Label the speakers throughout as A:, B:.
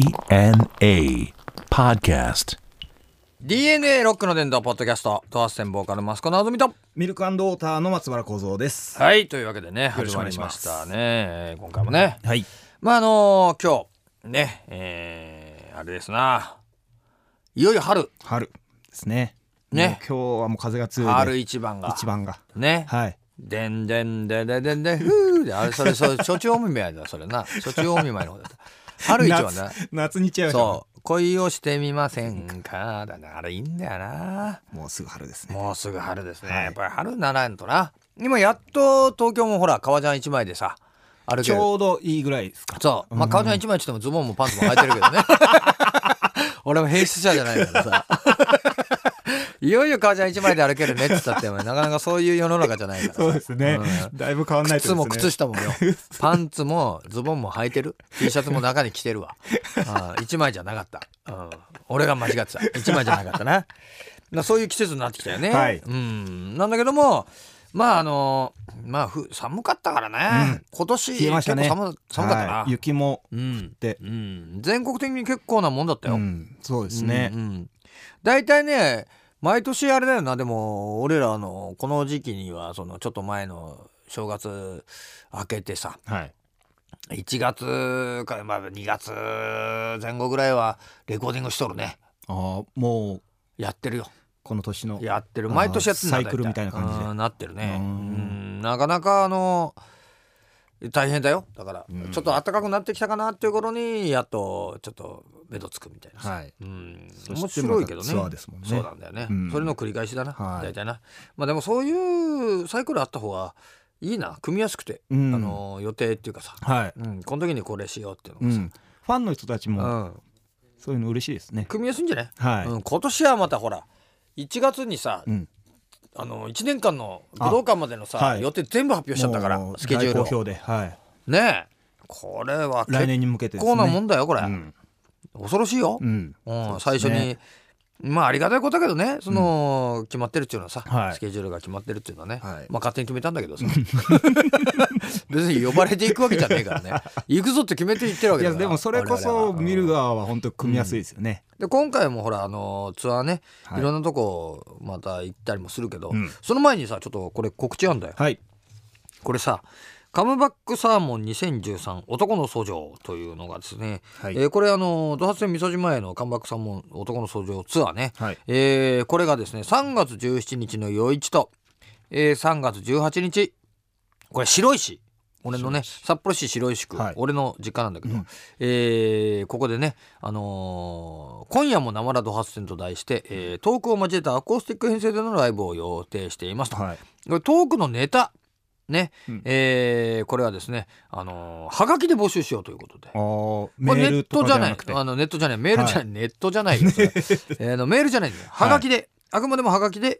A: DNA Podcast.
B: DNA ロックの伝道ポッドキャスト、トアステンボーカルマスコのあずみと。
C: ミルクウォーターの松原幸三です。
B: はい、というわけでね、
C: よろ
B: 始
C: しくお
B: ま
C: 願い
B: り
C: し
B: ま
C: ま
B: し
C: す
B: たね。えー今回もね。
C: はい。
B: まあ、あのー今日、ね、えーあれですな。いよいよ春、
C: 春ですね。
B: ね
C: もう今日はもう風が強いで。
B: 春一番が。
C: 一番が。
B: ね。
C: はい。
B: でんでんでででんでん、ふーで、あれ、それ、それ、初中お見舞いだ、それな。初中お見舞いの ことだった。春一番だ。
C: 夏夏に行っちゃいましたね。
B: そう、恋をしてみませんか。だね、あれいいんだよな。
C: もうすぐ春ですね。
B: もうすぐ春ですね、
C: はい
B: やっぱり春ならんとな今やっと東京もほら革ジャン一枚でさ歩
C: ち
B: ける
C: ょうどいいぐらいですか。
B: そうまあ革ジャン一枚って言ってもズボンもパンツも履いてるけどね 俺は平出者じゃないからさ いよいよ革ジャン一枚で歩けるねって言ったってお前なかなかそういう世の中じゃないからさ
C: そうですね。
B: う
C: だいぶ変わんないと
B: 靴も靴
C: 下。
B: 下も よパンツもズボンも履いてる T シャツも中に着てるわあー一枚じゃなかった、うん、俺が間違ってた一枚じゃなかったななそういう季節になってきたよね、
C: はい
B: うんなんだけどもまああのまあふ寒かったからね、今年
C: 冷えましたね。
B: 結構寒寒かったな、
C: はい雪も
B: う
C: 降っ
B: ん
C: て
B: う。ん、全国的に結構なもんだったよ、
C: うん。そうですね
B: うん。うん大体ね毎年あれだよなでも俺らあのこの時期にはそのちょっと前の正月明けてさ
C: はい。
B: 1月から、まあ、2月前後ぐらいはレコーディングしとるね
C: ああ、もう
B: やってるよ
C: この年の。
B: やってる
C: あー
B: 毎年やってる
C: サイクルみたいな感じで
B: なってるねう
C: うん
B: んなかなかあの大変だよだから、
C: うん
B: ちょっと暖かくなってきたかなっていう頃にやっとちょっと目処つくみたいなさ
C: はい。
B: うん、
C: そ
B: 面
C: して
B: 白いけどね
C: またツアーですもんね
B: そうなんだよね、
C: うん
B: それの繰り返しだな、
C: はい
B: 大体なまあでもそういうサイクルあった方がいいな組みやすくて、
C: うん
B: あの予定っていうかさ、
C: はい。
B: うん、この時にこれしようっていう
C: う
B: のがさ、
C: ん。ファンの人たちも
B: うん
C: そういうの嬉しいですね。
B: 組みやすいんじゃない、
C: はい。
B: うん、今年はまたほら1月にさ、
C: うん
B: あの1年間の武道館までのさ、
C: あはい
B: 予定全部発表しちゃったから
C: もう
B: スケジュール
C: 大好
B: を
C: 評で。はい。
B: ねえこれは
C: 来
B: 結
C: 年に向けてですね。
B: 構なもんだよこれ、
C: うん。
B: 恐ろしいよ、
C: うん。
B: うん、
C: そう
B: 最
C: です
B: 初
C: ね
B: にまあありがたいことだけどねその、決まってるっていうのはさ、
C: はい
B: スケジュールが決まってるっていうのはね、
C: はい
B: まあ勝手に決めたんだけどさ別に呼ばれていくわけじゃねえ からね行くぞって決めて行ってるわ
C: い
B: けだ
C: や
B: から
C: でもそれこ
B: 我
C: そ
B: 々は
C: 見る側は本当組みやすいですよね。
B: で今回もほらあのツアーね、、
C: はいい
B: ろんなとこまた行ったりもするけど、
C: うん
B: その前にさちょっとこれ告知あんだよ、
C: はい。
B: これさ「カムバックサーモン2013男の訴状」というのがですね、
C: はい
B: えーこれあの土発線三そ島へのカムバックサーモン男の訴状ツアーね、
C: はい
B: えーこれがですね3月17日の余市と、えー3月18日これ白石俺のね札幌市白石区、
C: はい
B: 俺の実家なんだけど、
C: うん
B: えーここでね、あのー今夜も生ラド発展と題して、えートークを交えたアコースティック編成でのライブを予定していますと、
C: はい。
B: これトークのネタね、
C: うん
B: えーこれはですね、あのーはがきで募集しようということで。
C: あーメ
B: これネ
C: ー
B: ッ
C: ル
B: ト
C: とか
B: じ
C: じ
B: ゃ
C: ゃ
B: な
C: ないくて。
B: あのネットじゃないメールじゃない、ネットじゃないよ それえーあのメールじゃないんだよはがきで、あくまでもはがきで、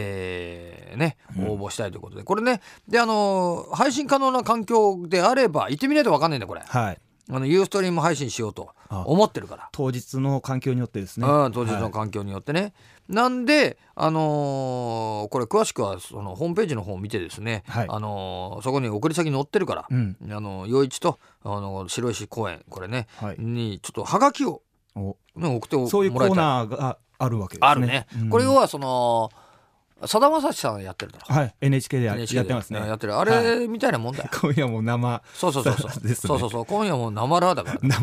B: えーね応募したいということで、これねであのー配信可能な環境であれば行ってみないと分かんないんだよこれ
C: はい。
B: あのユーストリーム配信しようと思ってるから
C: 当日の環境によってですね。
B: うん、当日
C: は
B: の
C: い
B: 環境によってね、なんで、あのーこれ詳しくはそのホームページの方を見てですね、
C: はい
B: あのーそこに送り先載ってるから、
C: うん。
B: あの陽一とあの白石公園これね、
C: はい。
B: にちょっとはがきを、
C: お
B: ね、送ってもらいたい
C: そういうコーナーがあるわけですね。
B: あるね、
C: うん
B: これ要はそのさだまさしさんやってるだろ
C: はい。NHK でや
B: NHK で
C: やってますね。
B: やってるあ
C: は
B: れみたいなもんだよ、
C: 今夜も生。
B: そうそうそうそう。
C: そうですね
B: そうそうそう。今夜も生ラーだから、ね。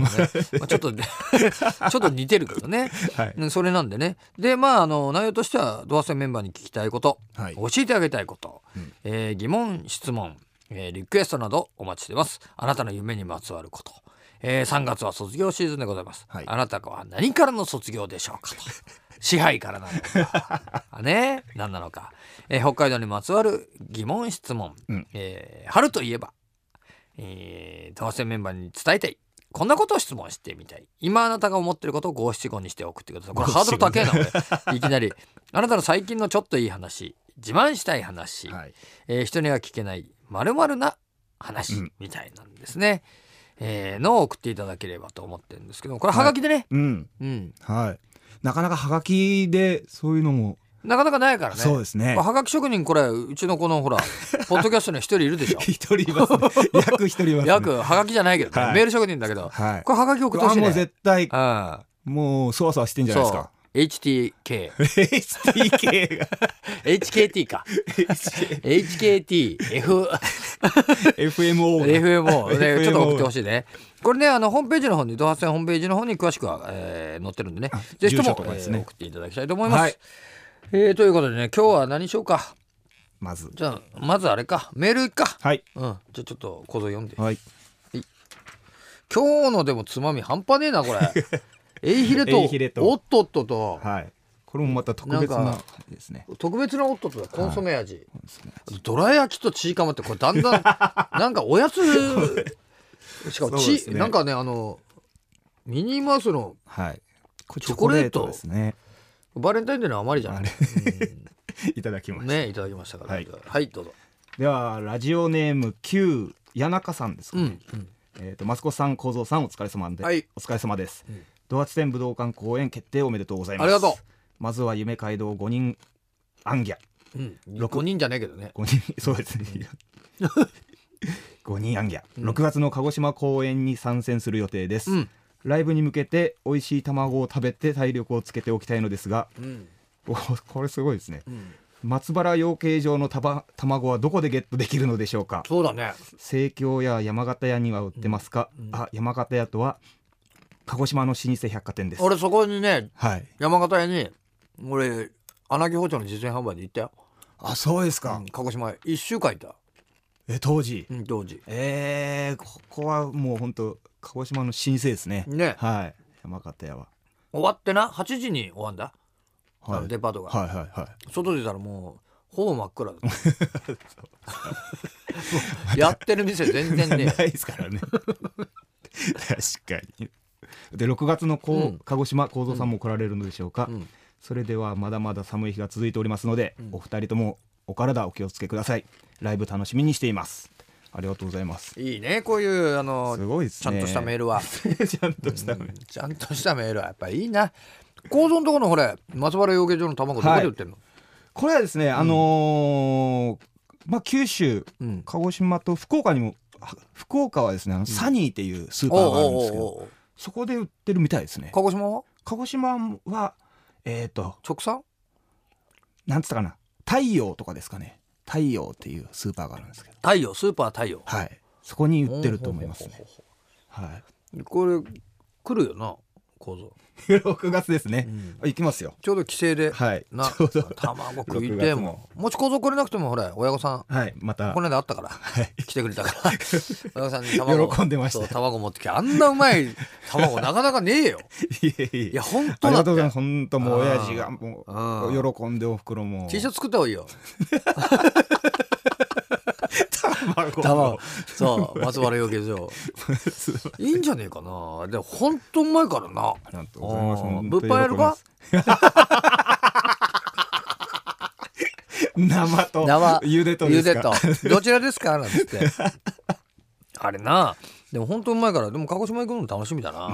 B: まあちょっと、 ちょっと似てるけどね。
C: はい
B: うんそれなんでね。で、まあ、あの、内容としては、同性メンバーに聞きたいこと、
C: はい
B: 教えてあげたいこと、えー疑問、質問、えーリクエストなどお待ちしています。あなたの夢にまつわること。えー3月は卒業シーズンでございます。
C: はい
B: あなたは何からの卒業でしょう かと。支配からなのか。ね、何なのか。えー北海道にまつわる疑問、質問。
C: うん
B: えー春といえば、えー、同性メンバーに伝えたい。こんなことを質問してみたい。今あなたが思ってることを五七五にして送ってください。これハードル高えな、 俺。いきなり。あなたの最近のちょっといい話、自慢したい話、
C: はい。
B: えー人には聞けない丸々な話
C: うん
B: みたいなんですね。えーのを送っていただければと思ってるんですけどもこれはがきでね、
C: うん。
B: うん、
C: はい。なかなかハガキでそういうのも
B: なかなかないからね
C: そうですね
B: まあはがき職人これうちのこのほらポッドキャストには一人いるでしょ
C: 一人 います、ね、約一人います、ね、
B: 約はがきじゃないけどね、
C: はい
B: メール職人だけど、
C: はい
B: これはがき送ってほしいね
C: あもう絶対
B: うん
C: もうそわそわしてんじゃないです
B: そう
C: か
B: HTK
C: HTK が
B: HKT か HKTF
C: FMO が
B: FMO ね
C: FMO
B: ちょっと送ってほしいねこれねあのホームページの方にドハセンホームページの方に詳しくは、えー載ってるんでねぜひと
C: 住
B: も
C: 所とかです
B: え
C: ね
B: ー送っていただきたいと思います、
C: はい
B: えーということでね今日は何しようか
C: まず
B: じゃあまずあれかメールいっか
C: はい
B: うんじゃあちょっと構造読んで
C: はい
B: 今日のでもつまみ半端ねえなこれ エイヒレと
C: エイヒレと
B: おっとっとと
C: はいこれもまた特別
B: なん
C: な
B: か
C: ですね
B: 特別なおっとっとだコンソメ味、
C: ですね
B: どら焼きとチーカマってこれだんだん なんかおやつしかも
C: そうで
B: チ、
C: すね
B: なんかねあのミニーマウスの
C: はいこれ
B: チョコレート
C: チです ね
B: バレンタインデーのあまりじゃない、
C: いただきま
B: う
C: す
B: ん ねいただきましたからは
C: はいい、
B: どうぞ
C: ではラジオネーム Q 谷中さんですか
B: う
C: ね、
B: ん、うん、
C: えー、とマスコさん、構造さん、お疲れ様で、
B: はい
C: お疲れ様です。ドアツ展武道館公演決定おめでとうございます。
B: ありがとう。
C: まずは夢街道五人アンギャ
B: うん、
C: 六
B: 6人じゃねえけどね
C: 五人そうですね。 五人アンギャ。六月の鹿児島公演に参戦する予定です。
B: うん
C: ライブに向けて美味しい卵を食べて体力をつけておきたいのですが、
B: うん
C: おこれすごいですね。
B: うん
C: 松原養鶏場のたば卵はどこでゲットできるのでしょうか。
B: そうだね
C: 西京や山形屋には売ってますか、あ山形屋とは鹿児島の老舗百貨店です
B: 俺そこにね
C: はい
B: 山形屋に俺穴木包丁の実演販売で行ったよ、
C: あそうですか
B: うん、鹿児島へ1週間いた、
C: え当時
B: うん、当時
C: えー、ここはもう本当鹿児島の老舗ですね
B: ね
C: はい山形屋は
B: 終わってな8時に終わんだ、あのデパートが、
C: はいはいは
B: 外出たらもうほぼ真っ暗だった もう やってる店全然
C: い
B: ね
C: ないですからね確かにで6月のこう、
B: うん
C: 鹿児島幸三さんも来られるのでしょうか、
B: うん
C: それではまだまだ寒い日が続いておりますので、お二人ともお体お気をつけくださいライブ楽しみにしていますありがとうございます
B: いいねこういうあの
C: すごいです
B: ちゃ
C: ね
B: んとしたメー
C: ル
B: ルは
C: ちゃんとしたメール、
B: ちゃんとしたメールはやっ ぱいいな構造のところのほれ松原養鶏場の卵どこで売ってんの、
C: これはですねあのーまあ九州、
B: うん
C: 鹿児島と福岡にもは福岡はですねあのサニーっていうスーパ
B: お
C: ー
B: う
C: があるん
B: お
C: で
B: うお
C: すけ
B: う
C: ど
B: おう
C: そこで売ってるみたいですね
B: 鹿児島は
C: 鹿児島はえっ、と
B: 直産
C: なんつったかな太陽とかですかね太陽っていうスーパーがあるんですけど
B: 太陽スーパー太陽
C: はいそこに売ってると思いますね
B: ほうほうほ
C: は
B: うほうこれ来るよな構造
C: い 6月ですね、行きますよ
B: ちょうど帰省で、
C: はい
B: な
C: ちょうど
B: 卵食い
C: 6
B: てえ
C: 月
B: も
C: も
B: んもし構造来れなくてもほれ親御さん
C: はいまた
B: この間あったから、来てくれたから親御さんに卵
C: 喜んでました
B: そう卵持ってきてあんなうまい卵なかなかねえよ
C: いえいえ
B: いや本
C: あ
B: 当だ
C: りが
B: って
C: とうございます。本当もう親父がも
B: う
C: う喜んでお袋も
B: T シャツ作った方がいいよ
C: 卵
B: 卵そう松原養鶏 場いいんじゃねえかなでも本当うまいからな
C: ありがとうございます。
B: あー
C: 本
B: 物
C: 当
B: 販やるか
C: 喜びます 生と
B: 生
C: 茹でとですか。
B: ゆでとどちらですかなんつって あれなでも本当うまいからでも鹿児島行くの楽しみだな、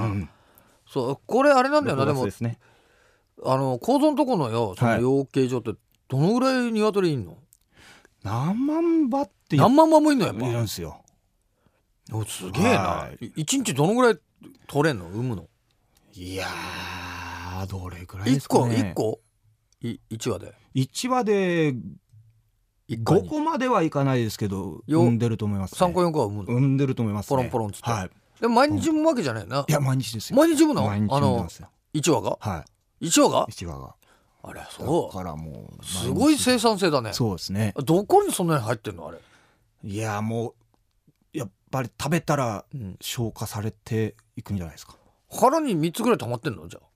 B: そうこれあれなんだよなで
C: 6月
B: も
C: ですね。
B: あの構造のとこのよその
C: はい
B: 養鶏場ってどのぐらい鶏いんの、
C: 何万羽って
B: 何万羽もいんのやっ
C: いるん
B: ぱ
C: ですよ。
B: おすげえな
C: はい
B: い一日どのぐらい取れんの産むの
C: いやーどれくらいで
B: 一
C: すか
B: 個
C: ね。
B: 一個い一羽で
C: 一羽で
B: 一回
C: 五
B: に
C: 個まではいかないですけど
B: よ
C: 産んでると思います、ね。
B: 三個四個は産むの
C: 産んでると思います、ね。
B: ポロンポロンつって
C: はい。
B: でも毎日産むわけじゃないよない
C: や毎日ですよ。
B: 毎日産むの
C: 毎日
B: あ
C: 産んで
B: の
C: ますよ。
B: 一羽が
C: はい。
B: 一羽が
C: 一羽が。
B: あれそ
C: だ
B: う
C: からもう
B: すごい生産性だね
C: そうですね
B: どこにそんなに入ってんのあれ
C: いやもうやっぱり食べたら
B: うん
C: 消化されていくんじゃないですか、
B: 腹に三つぐらい溜まってんのじゃあ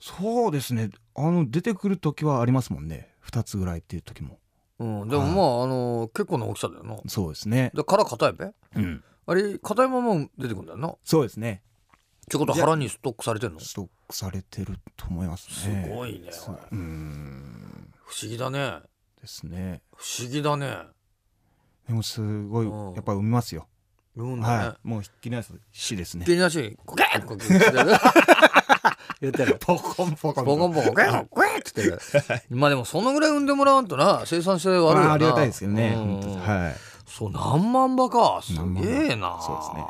C: そうですねあの出てくる時はありますもんね2つぐらいっていう時も
B: うんでもまああの結構な大きさだよな
C: そうですね
B: で殻硬いべ
C: うん
B: あれ硬いまま出てくんだよな
C: そうですね
B: ってことは腹にストックされてんのす
C: ストックされてると思いますね
B: ごいね
C: そ
B: おいう
C: うん
B: 不思議だね
C: ですね
B: 不思議だね
C: でもすごい
B: うん
C: やっぱ産みますよ、
B: うんだね
C: はいもうひっきりなしですね
B: 気になしにコケッとこう切って言 ってる。
D: ポコンポコン
B: ボコンボコン、グエッグエッつってる。まあでもそのぐらい産んでもらわんとな、生産性はあるよ
C: ま
B: な。
C: あ、ありがたいですけどね、
B: うん
C: 本当にはい
B: そう、何万羽か。す
C: 何万羽
B: げえな。
C: そうで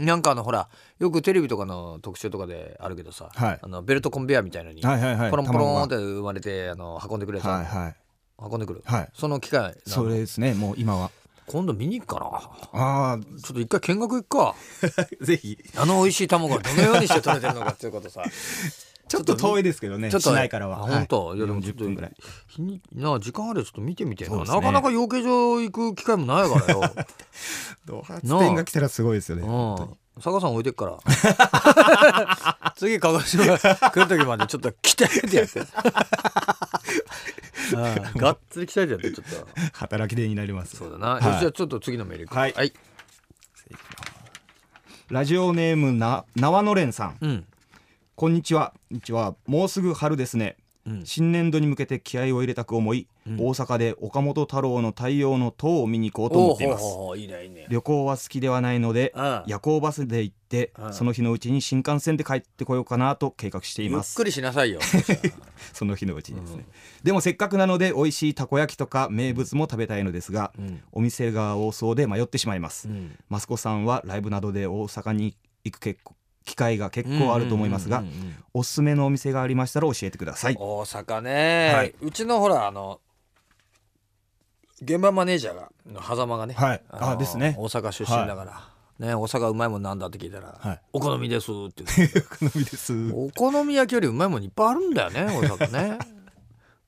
C: すね
B: なんかあのほらよくテレビとかの特集とかであるけどさ、
C: はい
B: あのベルトコンベヤーみたいのに、
C: はいはいはい
B: ポロンポロンって
C: 卵
B: 生まれてあの運んでくれた、
C: がはいはい
B: 運んでくる、
C: はい
B: その機械なの
C: それですねもう今は
B: 今度見に行くか
C: あ
B: なちょっと一回見学行くか
D: ぜひ
B: あの美味しい卵がどのようにして取れてるのかっていうことさ
C: ちょっと遠いですけどね
B: ちょっと
C: 市内からは
B: あ本当、い、やでもちょっ
C: 10
B: と
C: 分ぐらい
B: 日になあ時間あればちょっと見てみてな、
C: そうです
B: な
C: ね
B: かなか養鶏場行く機会もないからよ、
D: ドハツ店が来たらすごいですよね本当に
B: うん、佐賀さん置いてっから次鹿児島来る時までちょっと鍛えてやってああがっつり鍛えてやってちょっと
C: 働き手になります
B: そうだな、
C: はい
B: よしじゃあちょっと次のメールいく
C: はい
B: はい、
C: ラジオネームな縄のれんさん
B: うん
C: こんにちはこんにちはもうすぐ春ですね
B: うん
C: 新年度に向けて気合を入れたく思い、
B: ん
C: 大阪で岡本太郎の太陽の塔を見に行こうと
B: お
C: 思
B: お
C: っています
B: おいいねいいね
C: 旅行は好きではないので
B: ああ
C: 夜行バスで行って
B: ああ
C: その日のうちに新幹線で帰ってこようかなと計画してい
B: ゆっ
C: ます
B: くりしなさいよ
C: その日のうちにですね、でもせっかくなので美味しいたこ焼きとか名物も食べたいのですが、
B: うん
C: お店が多そうで迷ってしまいます、マスコさんはライブなどで大阪に行く結構機会が結構あると思いますが、
B: うんうんうんうんうん
C: おすすめのお店がありましたら教えてください
B: 大阪ね、
C: はいう
B: ちのほらあの現場マネージャーがの狭間がね、
C: はい
B: の
C: あですね
B: 大阪出身だから、ね大阪うまいもんなんだって聞いたら、
C: はい
B: お好みですって 言う
C: 好みです
B: お好み焼きよりうまいもんいっぱいあるんだ よね大阪ね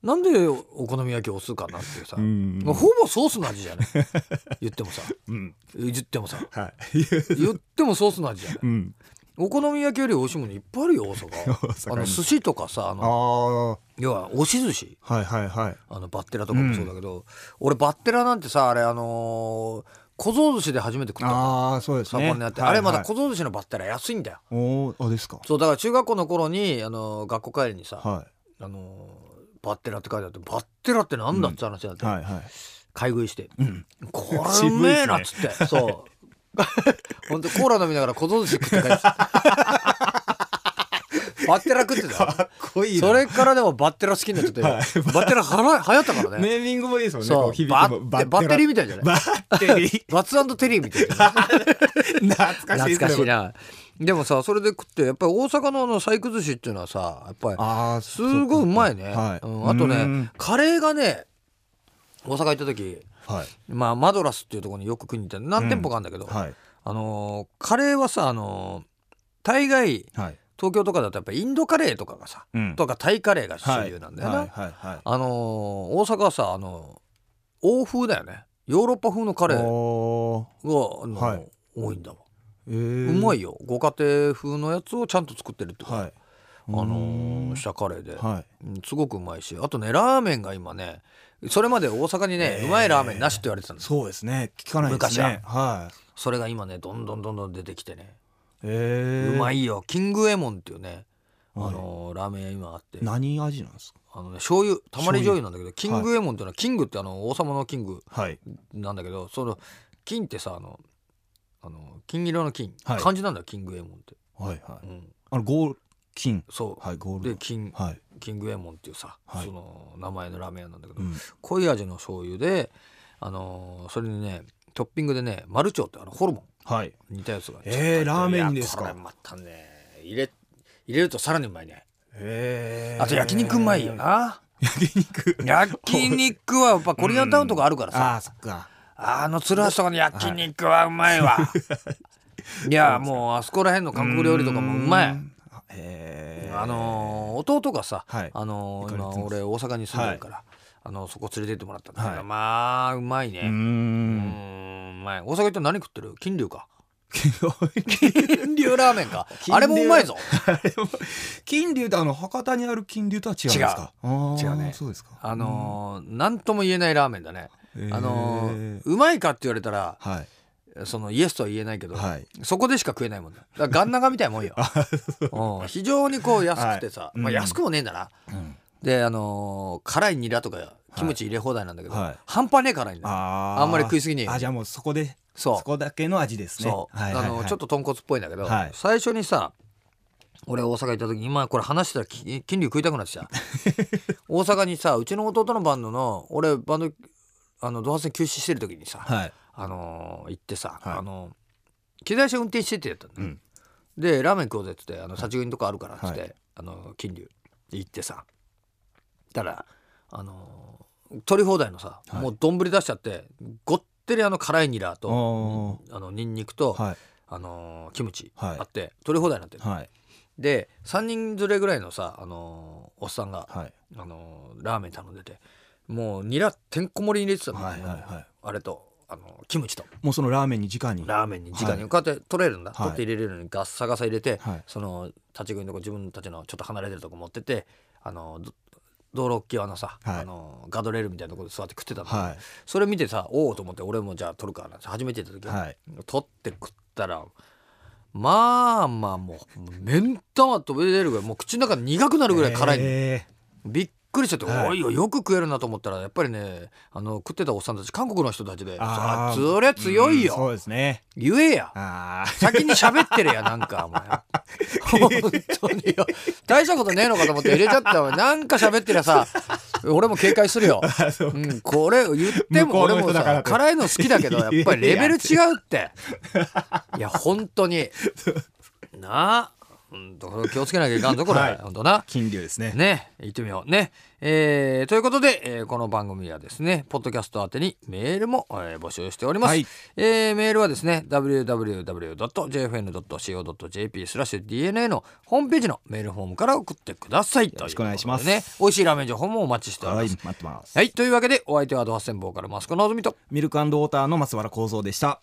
B: なんでお好み焼きを押すかなっていうさ
C: ん
B: もうほぼソースの味じゃない言ってもさ
C: うん
B: 言ってもさ
C: はい
B: 言ってもソースの味じゃない
C: うん
B: お好み焼きより美味しいものいっぱいあるよ大 阪
C: 阪に
B: あの寿司とかさあ
C: あ
B: の
C: あは
B: 要は押し寿司
C: いはいはい
B: あのバッテラとかもそうだけど、俺バッテラなんてさあれあのー小僧寿司で初めて食ったの
C: ああそうです
B: 札幌
C: ね
B: にあって、
C: はい
B: あれまだ
C: はい
B: 小僧寿司のバッテラ安いんだよ
C: おーあですか
B: そうだから中学校の頃に、あのー学校帰りにさ、
C: は
B: あのーバッテラって書いてあってバッテラってなんだって話になっ
C: い
B: て、
C: はいはい
B: 買い食いして、これう
C: 渋いっすね
B: めえなっつって、そう 本当コーラ飲みながら小僧寿司食って帰って たバッテラ食ってたよ
C: かっこいいな
B: それからでもバッテラ好きになっちゃって、バッテラはら流行ったからね
C: ネーミングもいいですもんね
B: そう
C: こう響
B: バ
C: き
B: ッ
C: も
B: テバッテリーみたいじゃない
C: バッテリー
B: バツテリーみたいな
C: 懐かしい
B: 懐
C: ですね
B: かしいなでもさそれで食ってやっぱり大阪のあの細工寿司っていうのはさやっぱり
C: ああ
B: すごいうまいね、
C: はい
B: うんあと
C: う
B: ね
C: ん
B: カレーがね大阪行った時、
C: はい
B: まあ、マドラスっていうところによく食いに行って何店舗かあるんだけど、
C: はい
B: あのーカレーはさ、あのー大概
C: はい
B: 東京とかだとやっぱインドカレーとかがさ、
C: うん
B: とかタイカレーが主流なんだよな、
C: はいはいはいはい
B: あのー大阪はさ、あのー欧風だよねヨーロッパ風のカレー
C: お
B: が、あの
C: はい
B: 多いんだわ、
C: ーえー
B: うまいよご家庭風のやつをちゃんと作ってるってこと、
C: はい
B: あのー下カレーで、
C: はい
B: うんすごくうまいしあとねラーメンが今ねそれまで大阪にね、うまいラーメンなしって言われてたんです
C: そうですね聞かないです
B: 昔は
C: ねはい
B: それが今ねどんどんどんどん出てきてね、
C: え
B: うま
C: い
B: いよキングエモンっていうねあ
C: はい
B: のーラーメン屋今あって
C: 何味なんですか
B: あの、ね、醤油たまり醤油なんだけどキ
C: 醤
B: ン
C: 油
B: グエモンっていうのはキングってあの王様のキング
C: はい
B: なんだけどその金ってさあのあの金色の金、
C: はい
B: 漢字なんだよキングエモンって、
C: はいはい
B: うん、
C: あのゴール金
B: そう、
C: はいゴール
B: で
C: ド
B: 金
C: はい
B: キングエモンっていうさ、
C: はい
B: その名前のラーメン屋なんだけど、
C: うん
B: 濃い味の醤油であのーそれにねトッピングでねマルチョウってあのホルモ
C: はい
B: ン似たやつがちょ
C: えー
B: っと
C: ラー
B: 入って
C: メンにですか
B: いやこれまたね入れ入れるとさらにうまいね
C: えー
B: あと焼肉うまいよ な、
C: 焼肉
B: 焼肉はやっぱコリアンタウンとかあるから
C: あ
B: さ、
C: ーそっか
B: あの鶴橋とかの焼肉はうまい わ、い、やもうあそこら辺の韓国料理とかもうまい
C: えー
B: あのー弟がさ、
C: はい
B: あのー
C: 行かれて
B: 今
C: ます
B: 俺大阪に住んでるから、あのそこ連れてってもらったんだけど、
C: はい
B: まあうまいね、
C: うー
B: うんーん、うまい。大阪行って何食ってる金龍か。金龍ラーメンか。あれもうまいぞ。
C: 金龍ってあの博多にある金龍とは違うんですか違う
B: 違うね
C: そうですか
B: あのー、なんとも言えないラーメンだね。あのー
C: えー
B: うまいかって言われたら、
C: はい
B: そのイエスとは言えないけど、
C: はい
B: そこでしか食えないもんだ。だからガンナガみたいな もんよ。うん非常にこう安くてさ、
C: はいうん
B: まあ安くもねえんだな。
C: うん
B: で、あのー辛いニラとかキムチ入れ放題なんだけど、
C: はい
B: 半端ねえ辛いんだよ。
C: あー
B: あんまり食いすぎねえよ
C: あじゃあもうそこで
B: そう
C: そこだけの味ですね
B: そう、
C: はいはいはい
B: あのちょっと豚骨っぽいんだけど、
C: はい
B: 最初にさ俺大阪行った時今これ話してたらき筋肉食いたくなってき た大阪にさうちの弟のバンドの俺バンドあのドハセン休止してる時にさ、
C: はい
B: あのー行ってさ、
C: はい
B: あのー機材車運転してってやったんだよ、
C: うん
B: でラーメン食おうぜっつってあの立ち食いのとこあるからっつって、
C: は
B: あのー金龍行ってさたらあのー取り放題のさ、
C: はい
B: もう丼出しちゃってごってりあの辛いニラ
C: あ
B: とあのニンニクと、
C: はい
B: あのーキムチ
C: はい
B: あって、取り放題になってる、
C: はい
B: で3人連れぐらいのさ、あのーおっさんが、
C: はい
B: あのーラーメン頼んでてもうニラてんこ盛りに入れてたの、
C: はいはいは
B: あれと、あのーキムチと。
C: いもうそのラーメンに直に
B: ラーメンに直
C: は
B: に
C: い
B: こうやって取れるんだ、
C: はい
B: 取って入れれるのにガッサガサ入れて、
C: はい
B: その立ち食いのとこ自分たちのちょっと離れてるとこ持ってってあのど道路際のさ、
C: はい
B: あのガードレールみたいなとこで座って食ってたの、
C: は
B: それ見てさおおと思って俺もじゃあ取るかなって初めて行った
C: い
B: 時、
C: はい
B: 取って食ったらまあまあもう目ん玉飛び出るぐらいもう口の中苦くなるぐらい辛いの、
C: え
B: びっくりしちゃって、
C: はい
B: おいよよく食えるなと思ったらやっぱりねあの食ってたおっさんたち韓国の人たちで「
C: あ
B: あ
C: ー
B: そりゃ
C: ー
B: 強いよ、
C: うんそうですね
B: 言えや」
C: ああ
B: 先に喋ってるやなんかお前本当によ大したことねえのかと思って入れちゃったわなんか喋ってりゃさ俺も警戒する よ、うん、これ言って
C: 向
B: も
C: こう
B: 俺
C: の
B: も
C: 人だから
B: さ
C: って
B: 辛いの好きだけどやっぱりレベル違うっていや本当 になあ本当これ気をつけなきゃいかんぞこれ、
C: はい
B: 本当な
C: 金龍ですね
B: ね行ってみようね、えーということで、えーこの番組はですねポッドキャスト宛てにメールも、えー募集しております、
C: はい
B: えーメールはですね www.jfn.co.jp スラッシュ DNA のホームページのメールフォームから送ってくださいよ
C: ろしくお願いします
B: ね美味しいラーメン情報もお待ちしており
C: は
B: ま
C: い
B: す
C: 待ってます
B: はい、というわけでお相手はドハセンボーカルマスコのぞみと
C: ミルクウォーターの松原幸三でした